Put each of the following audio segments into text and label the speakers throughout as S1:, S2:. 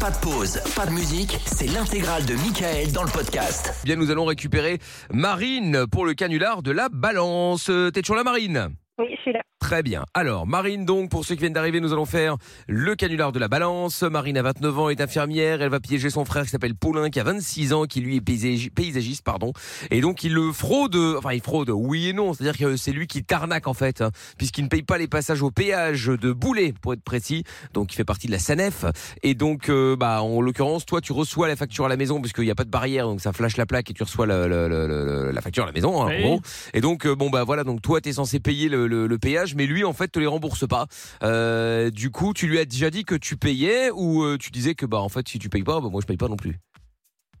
S1: Pas de pause, pas de musique, c'est l'intégrale de Michael dans le podcast.
S2: Eh Bien, nous allons récupérer Marine pour le canular de la balance. Euh, T'es toujours là, Marine
S3: Oui, je suis là.
S2: Très bien. Alors, Marine, donc, pour ceux qui viennent d'arriver, nous allons faire le canular de la balance. Marine a 29 ans, est infirmière. Elle va piéger son frère qui s'appelle Paulin, qui a 26 ans, qui lui est paysagi- paysagiste, pardon. Et donc, il le fraude, enfin, il fraude, oui et non. C'est-à-dire que c'est lui qui t'arnaque, en fait, hein, puisqu'il ne paye pas les passages au péage de Boulet, pour être précis. Donc, il fait partie de la SANEF. Et donc, euh, bah, en l'occurrence, toi, tu reçois la facture à la maison, puisqu'il n'y a pas de barrière, donc ça flash la plaque et tu reçois le- le- le- le- la facture à la maison, hein, en
S4: Oui.
S2: gros. Et donc, euh, bon, bah voilà, donc toi, t'es censé payer le, le- le péage, mais lui, en fait, te les rembourse pas. Euh, du coup, tu lui as déjà dit que tu payais ou euh, tu disais que, bah, en fait, si tu payes pas, bah, moi, je paye pas non plus.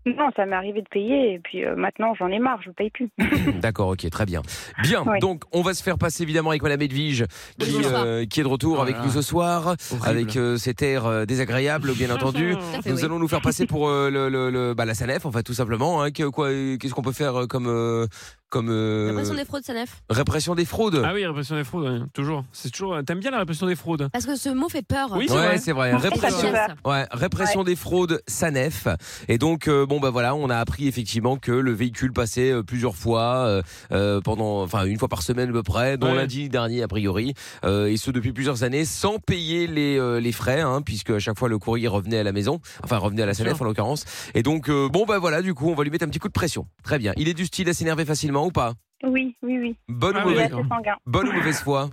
S3: Non, ça m'est arrivé de payer et puis euh, maintenant j'en ai marre, je paye plus.
S2: D'accord, ok, très bien. Bien,
S3: Oui.
S2: donc, on va se faire passer évidemment avec Madame Edwige, qui, euh, qui est de retour
S4: Oh
S2: avec
S4: là
S2: nous
S4: là.
S2: ce soir, avec euh, cet air euh, désagréable, bien entendu.
S5: fait,
S2: Nous
S5: oui.
S2: allons nous faire passer pour euh, le, le- le- bah, la Sanef, en fait, tout simplement. hein. Que- quoi, euh, Qu'est-ce qu'on peut faire euh, comme euh, comme euh,
S5: Après, on est fraude, Sanef.
S2: répression des fraudes
S4: Ah oui, répression des fraudes, ouais, toujours. C'est toujours. T'aimes bien la répression des fraudes
S5: Parce que ce mot fait peur.
S4: Oui, c'est
S2: Ouais,
S4: vrai.
S2: c'est vrai. hein.
S3: Et ça
S2: Répression.
S3: fait peur.
S2: Ouais, répression des fraudes Sanef. Et donc euh, bon bah voilà, on a appris effectivement que le véhicule passait euh, plusieurs fois euh, euh, pendant enfin une fois par semaine à peu près, dont
S4: Ouais.
S2: lundi dernier a priori, euh, et ce depuis plusieurs années sans payer les euh, les frais hein, puisque à chaque fois le courrier revenait à la maison, enfin revenait à la Sanef
S4: sûr.
S2: en l'occurrence. Et donc euh, bon bah voilà, du coup, on va lui mettre un petit coup de pression. Très bien. Il est du style à s'énerver facilement ou pas
S3: Oui, oui, oui.
S2: Bonne ou
S4: Ah oui,
S3: Il est
S2: mauvaise
S3: assez sanguin.
S2: Bonne ou mauvaise foi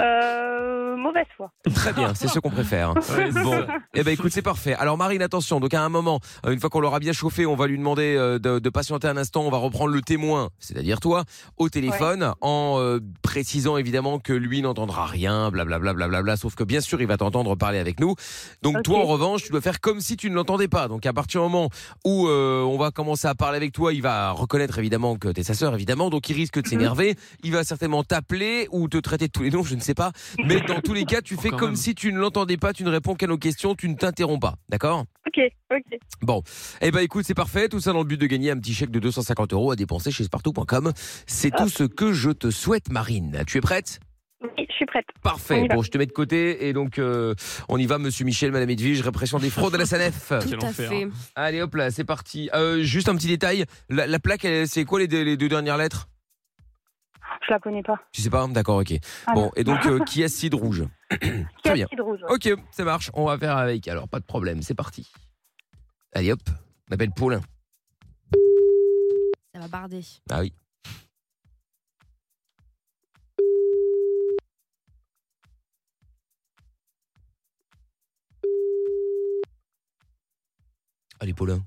S3: Euh, mauvaise foi.
S2: Très bien, c'est ce qu'on préfère.
S4: Ouais, c'est
S2: Bon,
S4: ça.
S2: eh ben écoute, c'est parfait. Alors Marine, attention. Donc à un moment, euh, une fois qu'on l'aura bien chauffé, on va lui demander euh, de, de patienter un instant. On va reprendre le témoin, c'est-à-dire toi, au téléphone, en euh, précisant évidemment que lui n'entendra rien, blablabla, blablabla. Sauf que bien sûr, il va t'entendre parler avec nous. Donc
S3: Ok.
S2: toi, en revanche, tu dois faire comme si tu ne l'entendais pas. Donc à partir du moment où euh, on va commencer à parler avec toi, il va reconnaître évidemment que t'es sa sœur, évidemment. Donc il risque de s'énerver. Il va certainement t'appeler ou te traiter de tous les noms, je ne sais pas. Mais dans tous les cas, tu
S4: Oh,
S2: fais
S4: quand
S2: comme
S4: même.
S2: si tu ne l'entendais pas, tu ne réponds qu'à nos questions, tu ne t'interromps pas, d'accord
S3: Ok, ok.
S2: Eh ben écoute, c'est parfait, tout ça dans le but de gagner un petit chèque de 250 euros à dépenser chez spartou.com. C'est tout ce que je te souhaite, Marine. Tu es prête
S3: Oui, je suis prête. On
S2: Parfait.
S3: y va.
S2: Bon, je te mets de côté et donc euh, on y va, Monsieur Michel, Madame Edwige, répression des fraudes à la Sanef.
S5: Tout
S4: Quel
S5: à
S4: enfer.
S5: fait.
S2: Allez, hop là, c'est parti. Euh, juste un petit détail, la, la plaque, elle, c'est quoi les deux, les deux dernières lettres
S3: Je la connais pas.
S2: Tu sais pas D'accord, ok.
S3: Ah
S2: bon,
S3: non.
S2: et donc euh, qui a cid rouge
S3: Qui a
S2: bien.
S3: le cid rouge ouais.
S2: Ok, ça marche, on va faire avec. Alors, pas de problème, c'est parti. Allez hop, on appelle Paulin.
S5: Ça va barder.
S2: Ah oui. Allez, Paulin.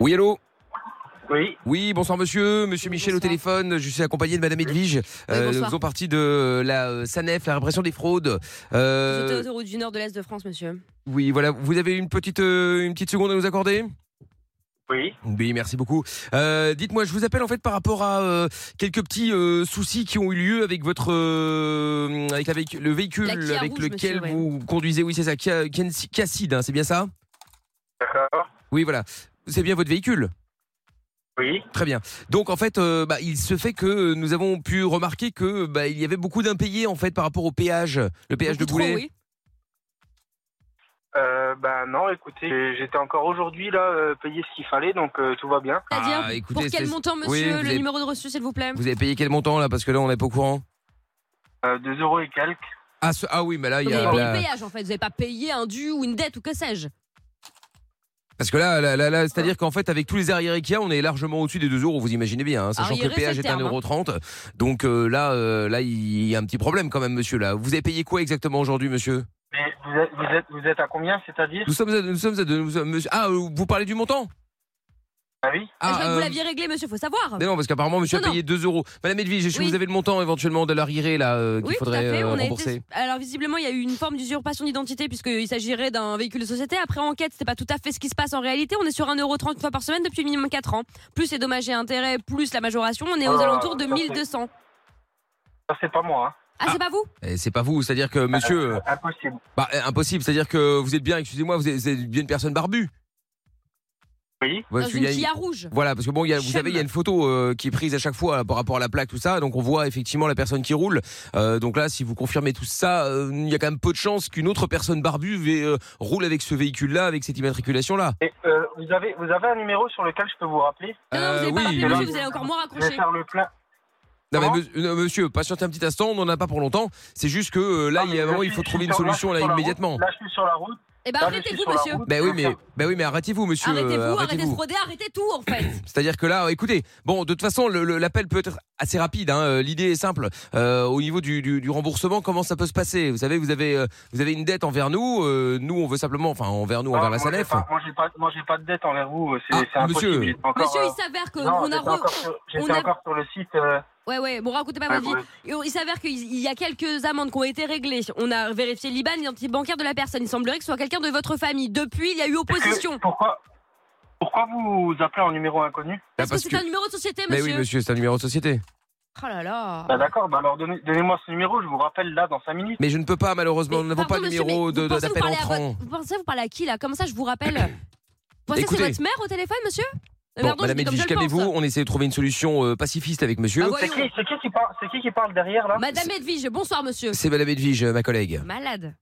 S2: Oui, allô
S6: Oui,
S2: Oui, bonsoir monsieur, monsieur
S5: Oui,
S2: Michel au
S5: bonsoir.
S2: téléphone, je suis accompagné de madame Edwige. Euh, nous
S5: bonsoir.
S2: faisons partie de la euh, SANEF, la répression des fraudes. Euh,
S5: Vous êtes autoroute du nord de l'Est de France, monsieur.
S2: oui, voilà, vous avez une petite, euh, une petite seconde à nous accorder
S6: oui.
S2: Oui, merci beaucoup. Euh, Dites-moi, je vous appelle en fait par rapport à euh, quelques petits euh, soucis qui ont eu lieu avec votre, euh, avec la véhic- le véhicule
S5: La Kia
S2: avec
S5: rouge,
S2: lequel
S5: monsieur, ouais.
S2: vous conduisez. Oui, c'est ça, Kia, Kia- Kia Ceed, hein, c'est bien ça
S6: D'accord.
S2: Oui, voilà. C'est bien votre véhicule.
S6: Oui,
S2: Très bien. Donc en fait, euh, bah, il se fait que nous avons pu remarquer que bah, il y avait beaucoup d'impayés en fait par rapport au péage, le péage
S5: Beaucoup
S2: de
S5: trop,
S2: Boulet.
S5: oui.
S6: euh, bah non, écoutez, j'ai- j'étais encore aujourd'hui là, euh, payé ce qu'il fallait, donc euh, tout va bien.
S5: C'est-à-dire,
S2: Ah, écoutez,
S5: pour quel
S2: c'est-
S5: montant, monsieur,
S2: Oui, vous
S5: le
S2: avez-
S5: numéro de reçu, s'il vous plaît
S2: Vous avez payé quel montant là Parce que là, on n'est pas au courant.
S6: Euh, 2 euros et quelques.
S2: Ah, ce- ah oui, mais là, il
S5: Vous
S2: y
S5: avez
S2: a.
S5: payé
S2: là-
S5: le péage, en fait. Vous n'avez pas payé un dû ou une dette ou que sais-je.
S2: Parce que là, là, là, là, c'est-à-dire qu'en fait, avec tous les arriérés qu'il y a, on est largement au-dessus des 2 euros, vous imaginez bien, hein, sachant que le
S5: Arriérés,
S2: péage
S5: c'est
S2: est
S5: le terme,
S2: 1,30€. Donc euh, là, euh, là, il y a un petit problème quand même, monsieur. Là, Vous avez payé quoi exactement aujourd'hui, monsieur
S6: Mais vous êtes, vous êtes, vous êtes à combien, c'est-à-dire
S2: Nous sommes à, nous sommes à deux- nous sommes- monsieur- Ah, euh, vous parlez du montant
S6: Ah oui
S5: Ah, je croyais que vous
S2: euh,
S5: l'aviez réglé, monsieur, faut savoir.
S2: mais non, parce qu'apparemment, monsieur
S5: Non,
S2: a
S5: non.
S2: payé 2 euros. Madame Edwige, est-ce que
S5: Oui.
S2: vous avez le montant éventuellement de l'arriéré là euh, qu'il
S5: Oui,
S2: faudrait
S5: tout à fait.
S2: euh,
S5: on a
S2: rembourser
S5: été... Alors, visiblement, il y a eu une forme d'usurpation d'identité, puisqu'il s'agirait d'un véhicule de société. Après enquête, c'est pas tout à fait ce qui se passe en réalité. On est sur 1,30€ une fois par semaine depuis minimum 4 ans. Plus les dommages et intérêts, plus la majoration, on est aux
S6: Ah,
S5: alentours de
S6: ça, c'est-
S5: 1200.
S6: Ça, c'est pas moi, hein.
S5: Ah, c'est pas vous
S2: Eh, C'est pas vous, c'est-à-dire que monsieur, euh,
S6: Impossible.
S2: bah, euh, impossible, c'est-à-dire que vous êtes bien, excusez-moi, vous êtes vous êtes bien une personne barbue.
S6: Oui.
S2: Ouais,
S5: dans
S2: parce
S5: une
S2: qu'il y a-
S5: quille à rouge.
S2: Voilà, parce que bon, il y a- vous
S5: Chum.
S2: savez, il y a une photo euh, qui est prise à chaque fois euh, par rapport à la plaque, tout ça. Donc on voit effectivement la personne qui roule. Euh, donc là, si vous confirmez tout ça, euh, il y a quand même peu de chances qu'une autre personne barbue vé- euh, roule avec ce véhicule-là, avec cette immatriculation-là.
S6: Et, euh, vous, avez, vous avez un numéro sur lequel je peux vous rappeler
S5: Non, non, vous
S2: Euh,
S5: allez pas
S2: oui,
S5: rappeler,
S6: oui.
S5: monsieur, vous allez encore moins
S6: Je vais
S5: raccrocher.
S6: faire le plein.
S2: Non, mais
S6: Comment
S2: me- euh, monsieur, patientez un petit instant, on n'en a pas pour longtemps. C'est juste que euh, là,
S6: Non,
S2: il
S6: Ah, mais
S2: y a un
S6: je
S2: moment, il
S6: suis-
S2: faut
S6: je suis
S2: trouver une
S6: sur- là,
S2: solution
S6: je
S2: là
S6: suis sur la route.
S2: immédiatement.
S6: Là, je suis sur la route.
S5: Eh ben
S6: Là, je suis
S5: arrêtez-vous,
S6: sur la
S5: monsieur.
S6: route.
S2: Ben oui, mais,
S6: Bien sûr.
S2: ben oui, mais arrêtez-vous, monsieur. euh,
S5: Arrêtez-vous, arrêtez de
S2: arrêtez-vous.
S5: frauder, arrêtez tout en fait.
S2: C'est-à-dire que là, euh, écoutez, bon, de toute façon, le- le- l'appel peut être assez rapide. hein, euh, L'idée est simple. Euh, au niveau du, du- du remboursement, comment ça peut se passer Vous savez, vous avez, euh, vous avez une dette envers nous. euh, nous, on veut simplement, enfin, envers nous,
S6: Non,
S2: envers la
S6: Ah, moi, j'ai
S2: SANEF.
S6: pas- Moi, j'ai pas, moi, j'ai pas de dette envers vous. euh, C'est
S2: Ah,
S6: c'est impossible.
S2: monsieur.
S6: J'étais encore,
S5: Monsieur,
S6: euh,
S5: il s'avère que
S6: non,
S5: on a
S6: j'étais
S5: re-
S6: encore sur- J'étais
S5: on a- Ah,
S6: encore sur le site. euh,
S5: Ouais, ouais, bon, racontez pas votre vie.
S6: ouais,
S5: Il s'avère qu'il il y a quelques amendes qui ont été réglées. On a vérifié l'IBAN, l'identité bancaire de la personne. Il semblerait que ce soit quelqu'un de votre famille. Depuis, il y a eu
S6: Est-ce que-
S5: opposition.
S6: Pourquoi Pourquoi vous appelez en numéro inconnu
S5: Parce,
S2: parce
S5: que c'est
S2: que-
S5: un numéro de société,
S2: Mais
S5: monsieur.
S2: oui, monsieur, c'est un numéro de société.
S5: Oh là là.
S6: Bah, D'accord, bah alors donnez- donnez-moi ce numéro, je vous rappelle là dans 5 minutes.
S2: Mais je ne peux pas, malheureusement,
S5: Mais
S2: nous n'avons pas
S5: pardon,
S2: le
S5: monsieur,
S2: numéro
S5: mais
S2: de- de-
S5: vous pensez vous
S2: d'appel
S5: parler à
S2: entrant.
S5: votre- Vous pensez vous parlez à qui là Comme ça, je vous rappelle. vous pensez que c'est
S2: Écoutez.
S5: votre mère au téléphone, monsieur Euh,
S2: Bon,
S5: pardon, je
S2: madame
S5: dis comme
S2: Edwige,
S5: je le pense.
S2: calmez-vous. On essaie de trouver une solution euh, pacifiste avec monsieur.
S5: Ah,
S6: C'est
S5: voyons.
S6: qui, c'est qui qui parle, c'est qui qui parle derrière là
S5: Madame Edwige, bonsoir, monsieur.
S2: C'est madame Edwige, euh, ma collègue.
S5: Malade.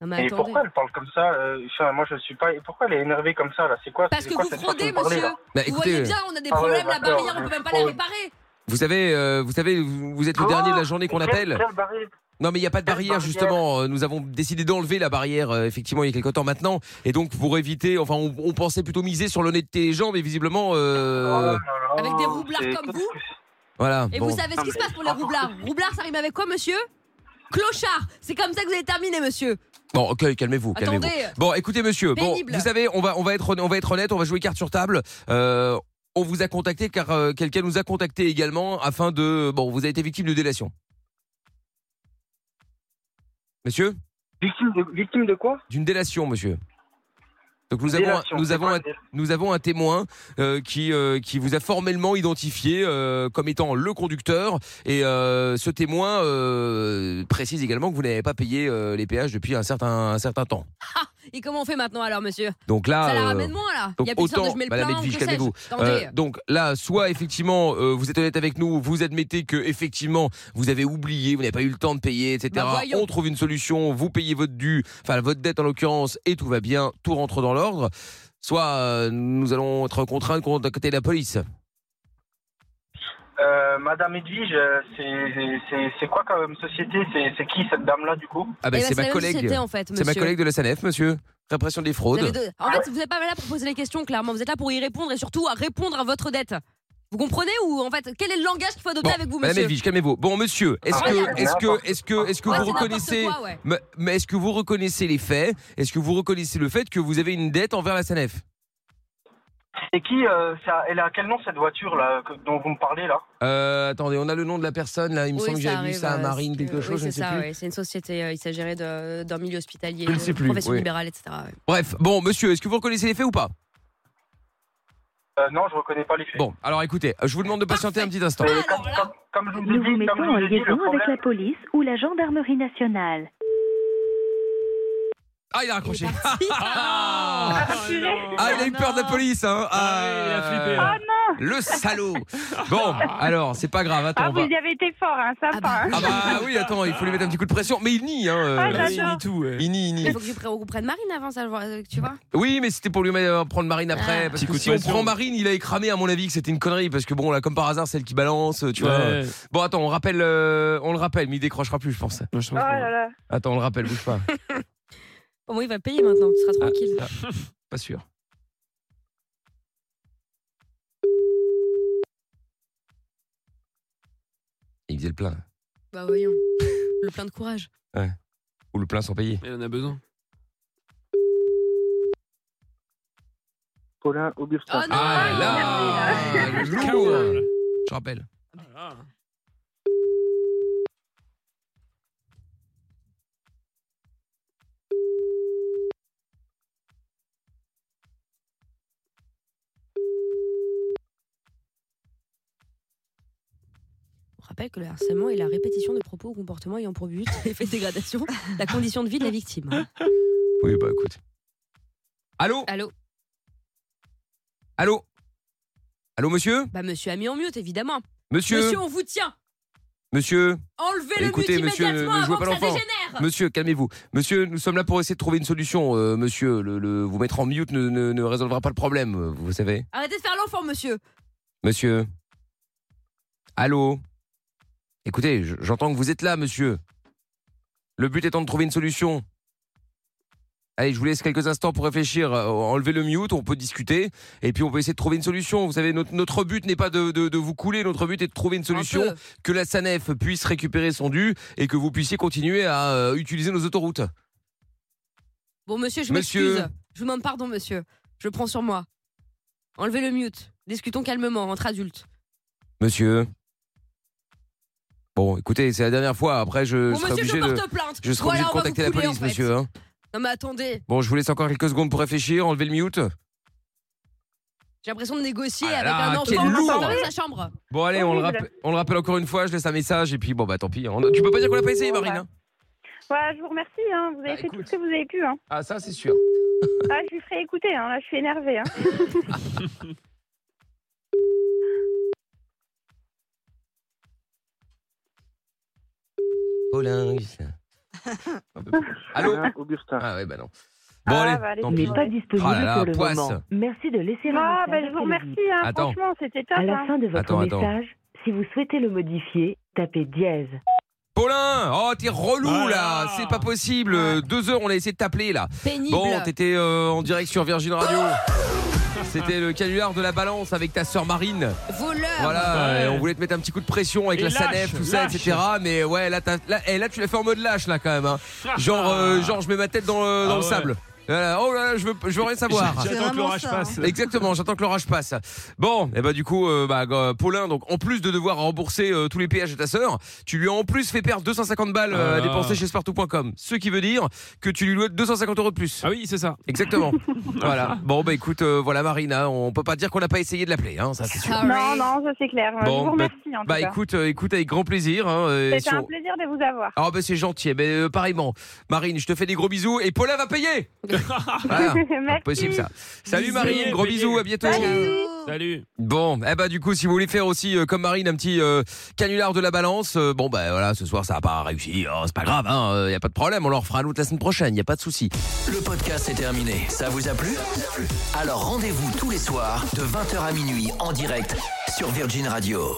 S5: Non, mais
S6: Et
S5: attendez.
S6: pourquoi elle parle comme ça euh, enfin, Moi je suis pas. et Pourquoi elle est énervée comme ça là C'est quoi
S5: Parce
S6: c'est
S5: que
S6: quoi
S5: vous
S6: cette façon de
S5: fraudez,
S6: parler,
S5: monsieur.
S6: là
S2: Bah,
S5: Vous
S2: écoutez,
S5: voyez
S2: euh,
S5: bien, on a des
S6: Ah ouais,
S5: problèmes, la
S6: d'accord, Oh.
S5: barrière, on peut
S6: je
S5: même pas la
S6: fraude.
S5: réparer.
S2: vous savez, euh, vous savez, vous vous êtes le
S6: Quoi
S2: dernier de la journée qu'on
S6: Quelle-
S2: appelle.
S6: quelle barrière
S2: Non, mais il n'y a pas de
S6: Quelle
S2: barrière,
S6: barrière
S2: justement. Euh, Nous avons décidé d'enlever la barrière, euh, effectivement, il y a quelque temps maintenant. Et donc, pour éviter, enfin, on, on pensait plutôt miser sur l'honnêteté des gens, mais visiblement, euh,
S6: Oh là là,
S5: Avec des roublards
S6: c'est-
S5: comme vous
S2: voilà.
S5: Et
S2: bon.
S5: vous savez ce qui se passe pour les roublards Roublards, ça rime avec quoi, monsieur Clochard C'est comme ça que vous avez terminé, monsieur
S2: Bon, ok, calmez-vous, calmez-vous.
S5: Attendez
S2: Bon, écoutez, monsieur. Bon,
S5: Pénible.
S2: vous savez, on va, on va être, hon- on va être honnête, on va jouer carte sur table. Euh, on vous a contacté car euh, quelqu'un nous a contacté également afin de, bon, vous avez été victime de délation. Monsieur,
S6: Victime de, victime de quoi
S2: d'une délation, monsieur. Donc nous avons,
S6: Délation,
S2: nous
S6: c'est
S2: avons
S6: quoi
S2: un
S6: une délation
S2: Nous avons un témoin euh, qui, euh, qui vous a formellement identifié euh, comme étant le conducteur. Et euh, ce témoin euh, précise également que vous n'avez pas payé euh, les péages depuis un certain, un certain temps.
S5: Et comment on fait maintenant alors, monsieur
S2: Donc là.
S5: Ça la
S2: euh,
S5: ramène moins, là Il
S2: donc
S5: n'y a plus de sorte de
S2: autant-
S5: je mets le
S2: Madame
S5: plein, ou
S2: Edwige,
S5: que sais-je.
S2: calmez-vous.
S5: Attendez.
S2: euh, donc là, soit effectivement, euh, vous êtes honnête avec nous, vous admettez que effectivement, vous avez oublié, vous n'avez pas eu le temps de payer, etc.
S5: Bah voyons.
S2: On trouve une solution, vous payez votre dû, enfin votre dette en l'occurrence, et tout va bien, tout rentre dans l'ordre. Soit euh, nous allons être contraints de contacter la police.
S6: Euh, Madame Edwige, euh, c'est- c'est c'est quoi comme société C'est c'est qui cette dame là du coup
S2: Ah ben
S5: Eh ben,
S2: c'est ma
S5: la
S2: collègue.
S5: société, en fait,
S2: C'est ma
S5: monsieur.
S2: collègue de la SANEF, monsieur. Répression des
S5: Vous avez
S2: fraudes.
S5: deux- En fait, vous n'êtes pas là pour poser les questions, clairement. Vous êtes là pour y répondre et surtout à répondre à votre dette. Vous comprenez ou en fait quel est le langage qu'il faut adopter
S2: Bon,
S5: avec vous,
S2: Madame
S5: monsieur
S2: Edwige, calmez-vous. Bon, monsieur, est-ce
S6: Ah,
S2: que,
S5: regarde.
S2: est-ce que, est-ce que, est-ce que
S5: Ouais,
S2: vous
S5: c'est n'importe
S2: reconnaissez,
S5: quoi, ouais.
S2: mais mais est-ce que vous reconnaissez les faits Est-ce que vous reconnaissez le fait que vous avez une dette envers la SANEF
S6: Et qui euh, ça, Elle a quel nom cette voiture là que- dont vous me parlez là
S2: euh, Attendez, on a le nom de la personne là. Il me
S5: Oui,
S2: semble que j'avais vu
S5: arrive,
S2: ça à
S5: euh,
S2: Marine,
S5: c'est-
S2: quelque
S5: oui,
S2: chose, je
S5: c'est
S2: ne sais
S5: ça,
S2: plus.
S5: ouais, C'est une société, euh, il s'agirait de- d'un milieu hospitalier,
S4: Je ne sais
S5: de
S4: plus,
S5: profession
S2: oui.
S5: libérale, etc. ouais.
S2: Bref, bon, monsieur, est-ce que vous reconnaissez les faits ou pas
S6: Euh, Non, je reconnais pas les faits.
S2: Bon, alors écoutez, je vous demande de patienter un petit instant.
S6: Euh,
S5: Ah, alors
S6: comme,
S5: là.
S6: comme- comme je vous ai dit,
S7: Nous vous
S6: comme
S7: mettons
S6: je
S7: en
S6: vous ai dit, le
S7: liaison avec
S6: problème,
S7: la police ou la gendarmerie nationale.
S2: Ah, il a raccroché.
S4: Ah,
S2: Ah, il a eu peur de la police, hein Euh,
S4: Ah oui, il a flippé, là.
S2: Le salaud Bon, alors, c'est pas grave, attends,
S3: Ah,
S2: on
S3: vous
S2: va...
S3: y avez été fort, hein, sympa.
S5: Ah bah
S3: hein.
S2: Ah bah oui, attends, il faut lui mettre un petit coup de pression. Mais il nie, hein. euh,
S3: Ah,
S4: Ah, oui,
S3: j'adore.
S4: ni tout, ouais.
S2: il nie, il nie.
S5: Il faut que tu prennes- prenne Marine avant ça, je vois, euh, tu vois.
S2: Oui, mais c'était pour lui mettre- euh, prendre Marine après.
S5: Ah.
S2: Parce
S4: Petit
S2: que
S4: coup de
S2: si on
S4: pression.
S2: prend Marine, il a cramé à mon avis que c'était une connerie. Parce que bon, là, comme par hasard, c'est elle qui balance, tu vois.
S4: Ouais.
S2: Bon, attends, on rappelle, euh, on le rappelle, mais il décrochera plus, je pense.
S4: Non, je
S3: Oh
S4: pense
S3: là
S4: pas.
S3: là.
S2: Attends, on le rappelle, bouge pas.
S5: Au moins, il va payer maintenant, tu
S2: Ah.
S5: seras tranquille.
S2: Pas sûr. Il faisait le plein.
S5: Bah voyons. Le plein de courage.
S2: Ou le plein sans payer.
S4: Il en a besoin.
S6: Colin Augustin.
S5: Oh non
S2: Ah là là Lourd Je rappelle.
S5: On rappelle que le harcèlement est la répétition de propos ou comportements ayant pour but l'effet de dégradation, la condition de vie de la victime.
S2: Oui, bah écoute. Allô
S5: Allô
S2: Allô Allô, monsieur
S5: Bah, monsieur a mis en mute, évidemment.
S2: Monsieur
S5: Monsieur, on vous tient.
S2: Monsieur
S5: Enlevez le
S2: Écoutez,
S5: mute
S2: monsieur,
S5: immédiatement
S2: ne jouez
S5: avant
S2: pas
S5: que ça
S2: l'enfant.
S5: dégénère.
S2: Monsieur, calmez-vous. Monsieur, nous sommes là pour essayer de trouver une solution. Euh, monsieur, le, le- vous mettre en mute ne, ne- ne résolvera pas le problème, euh, vous savez.
S5: Arrêtez de faire l'enfant, monsieur.
S2: Monsieur. Allô Écoutez, je- j'entends que vous êtes là, monsieur. Le but étant de trouver une solution. Allez, je vous laisse quelques instants pour réfléchir. Euh, Enlevez le mute, on peut discuter. Et puis on peut essayer de trouver une solution. Vous savez, notre, notre but n'est pas de, de- de vous couler, notre but est de trouver une solution
S5: Un peu.
S2: que la SANEF puisse récupérer son dû et que vous puissiez continuer à euh, utiliser nos autoroutes.
S5: Bon, monsieur, je
S2: Monsieur.
S5: m'excuse. Je vous demande pardon, monsieur. Je prends sur moi. Enlevez le mute. Discutons calmement, entre adultes.
S2: Monsieur. Bon, écoutez, c'est la dernière fois. Après, je
S5: bon,
S2: serai
S5: monsieur, je
S2: obligé de.
S5: porte plainte.
S2: Je serai
S5: Voilà,
S2: obligé de
S5: on va
S2: contacter
S5: vous
S2: la
S5: couler,
S2: police,
S5: en fait.
S2: monsieur. hein.
S5: Non, mais attendez.
S2: Bon, je vous laisse encore quelques secondes pour réfléchir, enlever le mute.
S5: J'ai l'impression de négocier
S2: Ah là
S5: avec
S2: là,
S5: un
S2: quel
S5: enfant
S2: lourd.
S5: dans sa chambre.
S2: Bon, allez, on le,
S3: Horrible.
S2: rappelle, on le rappelle encore une fois. Je laisse un message et puis bon, bah tant pis. On a- Tu peux pas dire qu'on l'a pas essayé,
S3: Bon,
S2: Marine.
S3: bah.
S2: hein.
S3: Voilà, je vous remercie, hein. vous avez
S2: Ah,
S3: fait
S2: écoute.
S3: tout ce que vous avez pu. Hein.
S2: Ah, ça, c'est sûr.
S3: Ah, je lui ferai écouter, hein. là je suis énervée. Hein.
S2: Oh, lingue. Un peu plus. Allô
S6: Augustin.
S2: Ah, ouais, bah non. Bon,
S3: Ah,
S2: allez,
S3: bah, allez,
S2: tant
S3: c'est
S2: pis.
S7: N'est pas disponible
S2: Ah là là,
S7: pour le
S2: poisse.
S7: moment. Merci de laisser un
S3: Ah,
S7: message
S3: bah, je vous
S7: après le bip.
S3: remercie, hein.
S2: Attends.
S3: franchement, c'était top.
S7: À la
S3: hein.
S7: fin de votre
S2: Attends, attends.
S7: message, si vous souhaitez le modifier, tapez dièse.
S2: Paulin Oh, t'es relou là
S4: Voilà.
S2: C'est pas possible. Euh, Deux heures, on a essayé de t'appeler là.
S5: Pénible.
S2: Bon, t'étais euh, en direct sur Virgin Radio. C'était le canular de la balance avec ta sœur Marine.
S5: Voleur.
S2: Voilà,
S4: Ah, bah Ouais.
S2: euh, on voulait te mettre un petit coup de pression avec
S4: Et
S2: la
S4: lâche,
S2: SANEF, tout ça,
S4: lâche.
S2: etc. Mais ouais, là, t'as- là, eh, là, tu l'as fait en mode lâche, là, quand même. hein. Genre, euh, genre, je mets ma tête dans le, dans
S4: Ah
S2: le
S4: ouais.
S2: sable. Voilà. Oh là là, je veux, je veux rien savoir.
S4: J'- Ah. J'attends que l'orage passe.
S2: hein. Exactement, j'attends que l'orage passe. Bon, et bah du coup, euh, bah, euh, Paulin, donc en plus de devoir rembourser euh, tous les péages de ta sœur, tu lui as en plus fait perdre 250 balles euh, à
S4: Ah.
S2: dépenser chez Spartou.com. Ce qui veut dire que tu lui dois 250 euros de plus.
S4: Ah oui, c'est ça.
S2: Exactement. voilà. Bon, bah écoute, euh, voilà Marina, on peut pas dire qu'on n'a pas essayé de l'appeler, hein, ça c'est sûr.
S5: Sorry.
S3: Non, non, ça c'est clair. je
S2: Bon,
S3: vous remercie,
S4: Ah,
S3: en tout
S2: Bah
S3: cas.
S2: écoute, euh, écoute avec grand plaisir. Hein, euh,
S3: C'était
S2: sur-
S3: un plaisir de vous avoir.
S2: Ah bah c'est gentil, eh ben, euh, pareillement. Marine, je te fais des gros bisous et Paula va payer. Voilà, Ah, pas
S3: Merci.
S2: possible ça. Salut
S4: Bisous.
S2: Marine, gros
S4: Payez.
S2: bisous, à bientôt.
S4: Salut.
S2: Bon, eh bah du coup, si vous voulez faire aussi euh, comme Marine un petit euh, canular de la balance, euh, bon bah voilà, ce soir ça a pas réussi, Oh, c'est pas grave, hein, euh, y a pas de problème, on leur fera un autre la semaine prochaine, y a pas de souci.
S1: Le podcast est terminé. Ça vous a plu Alors rendez-vous tous les soirs de 20h à minuit en direct sur Virgin Radio.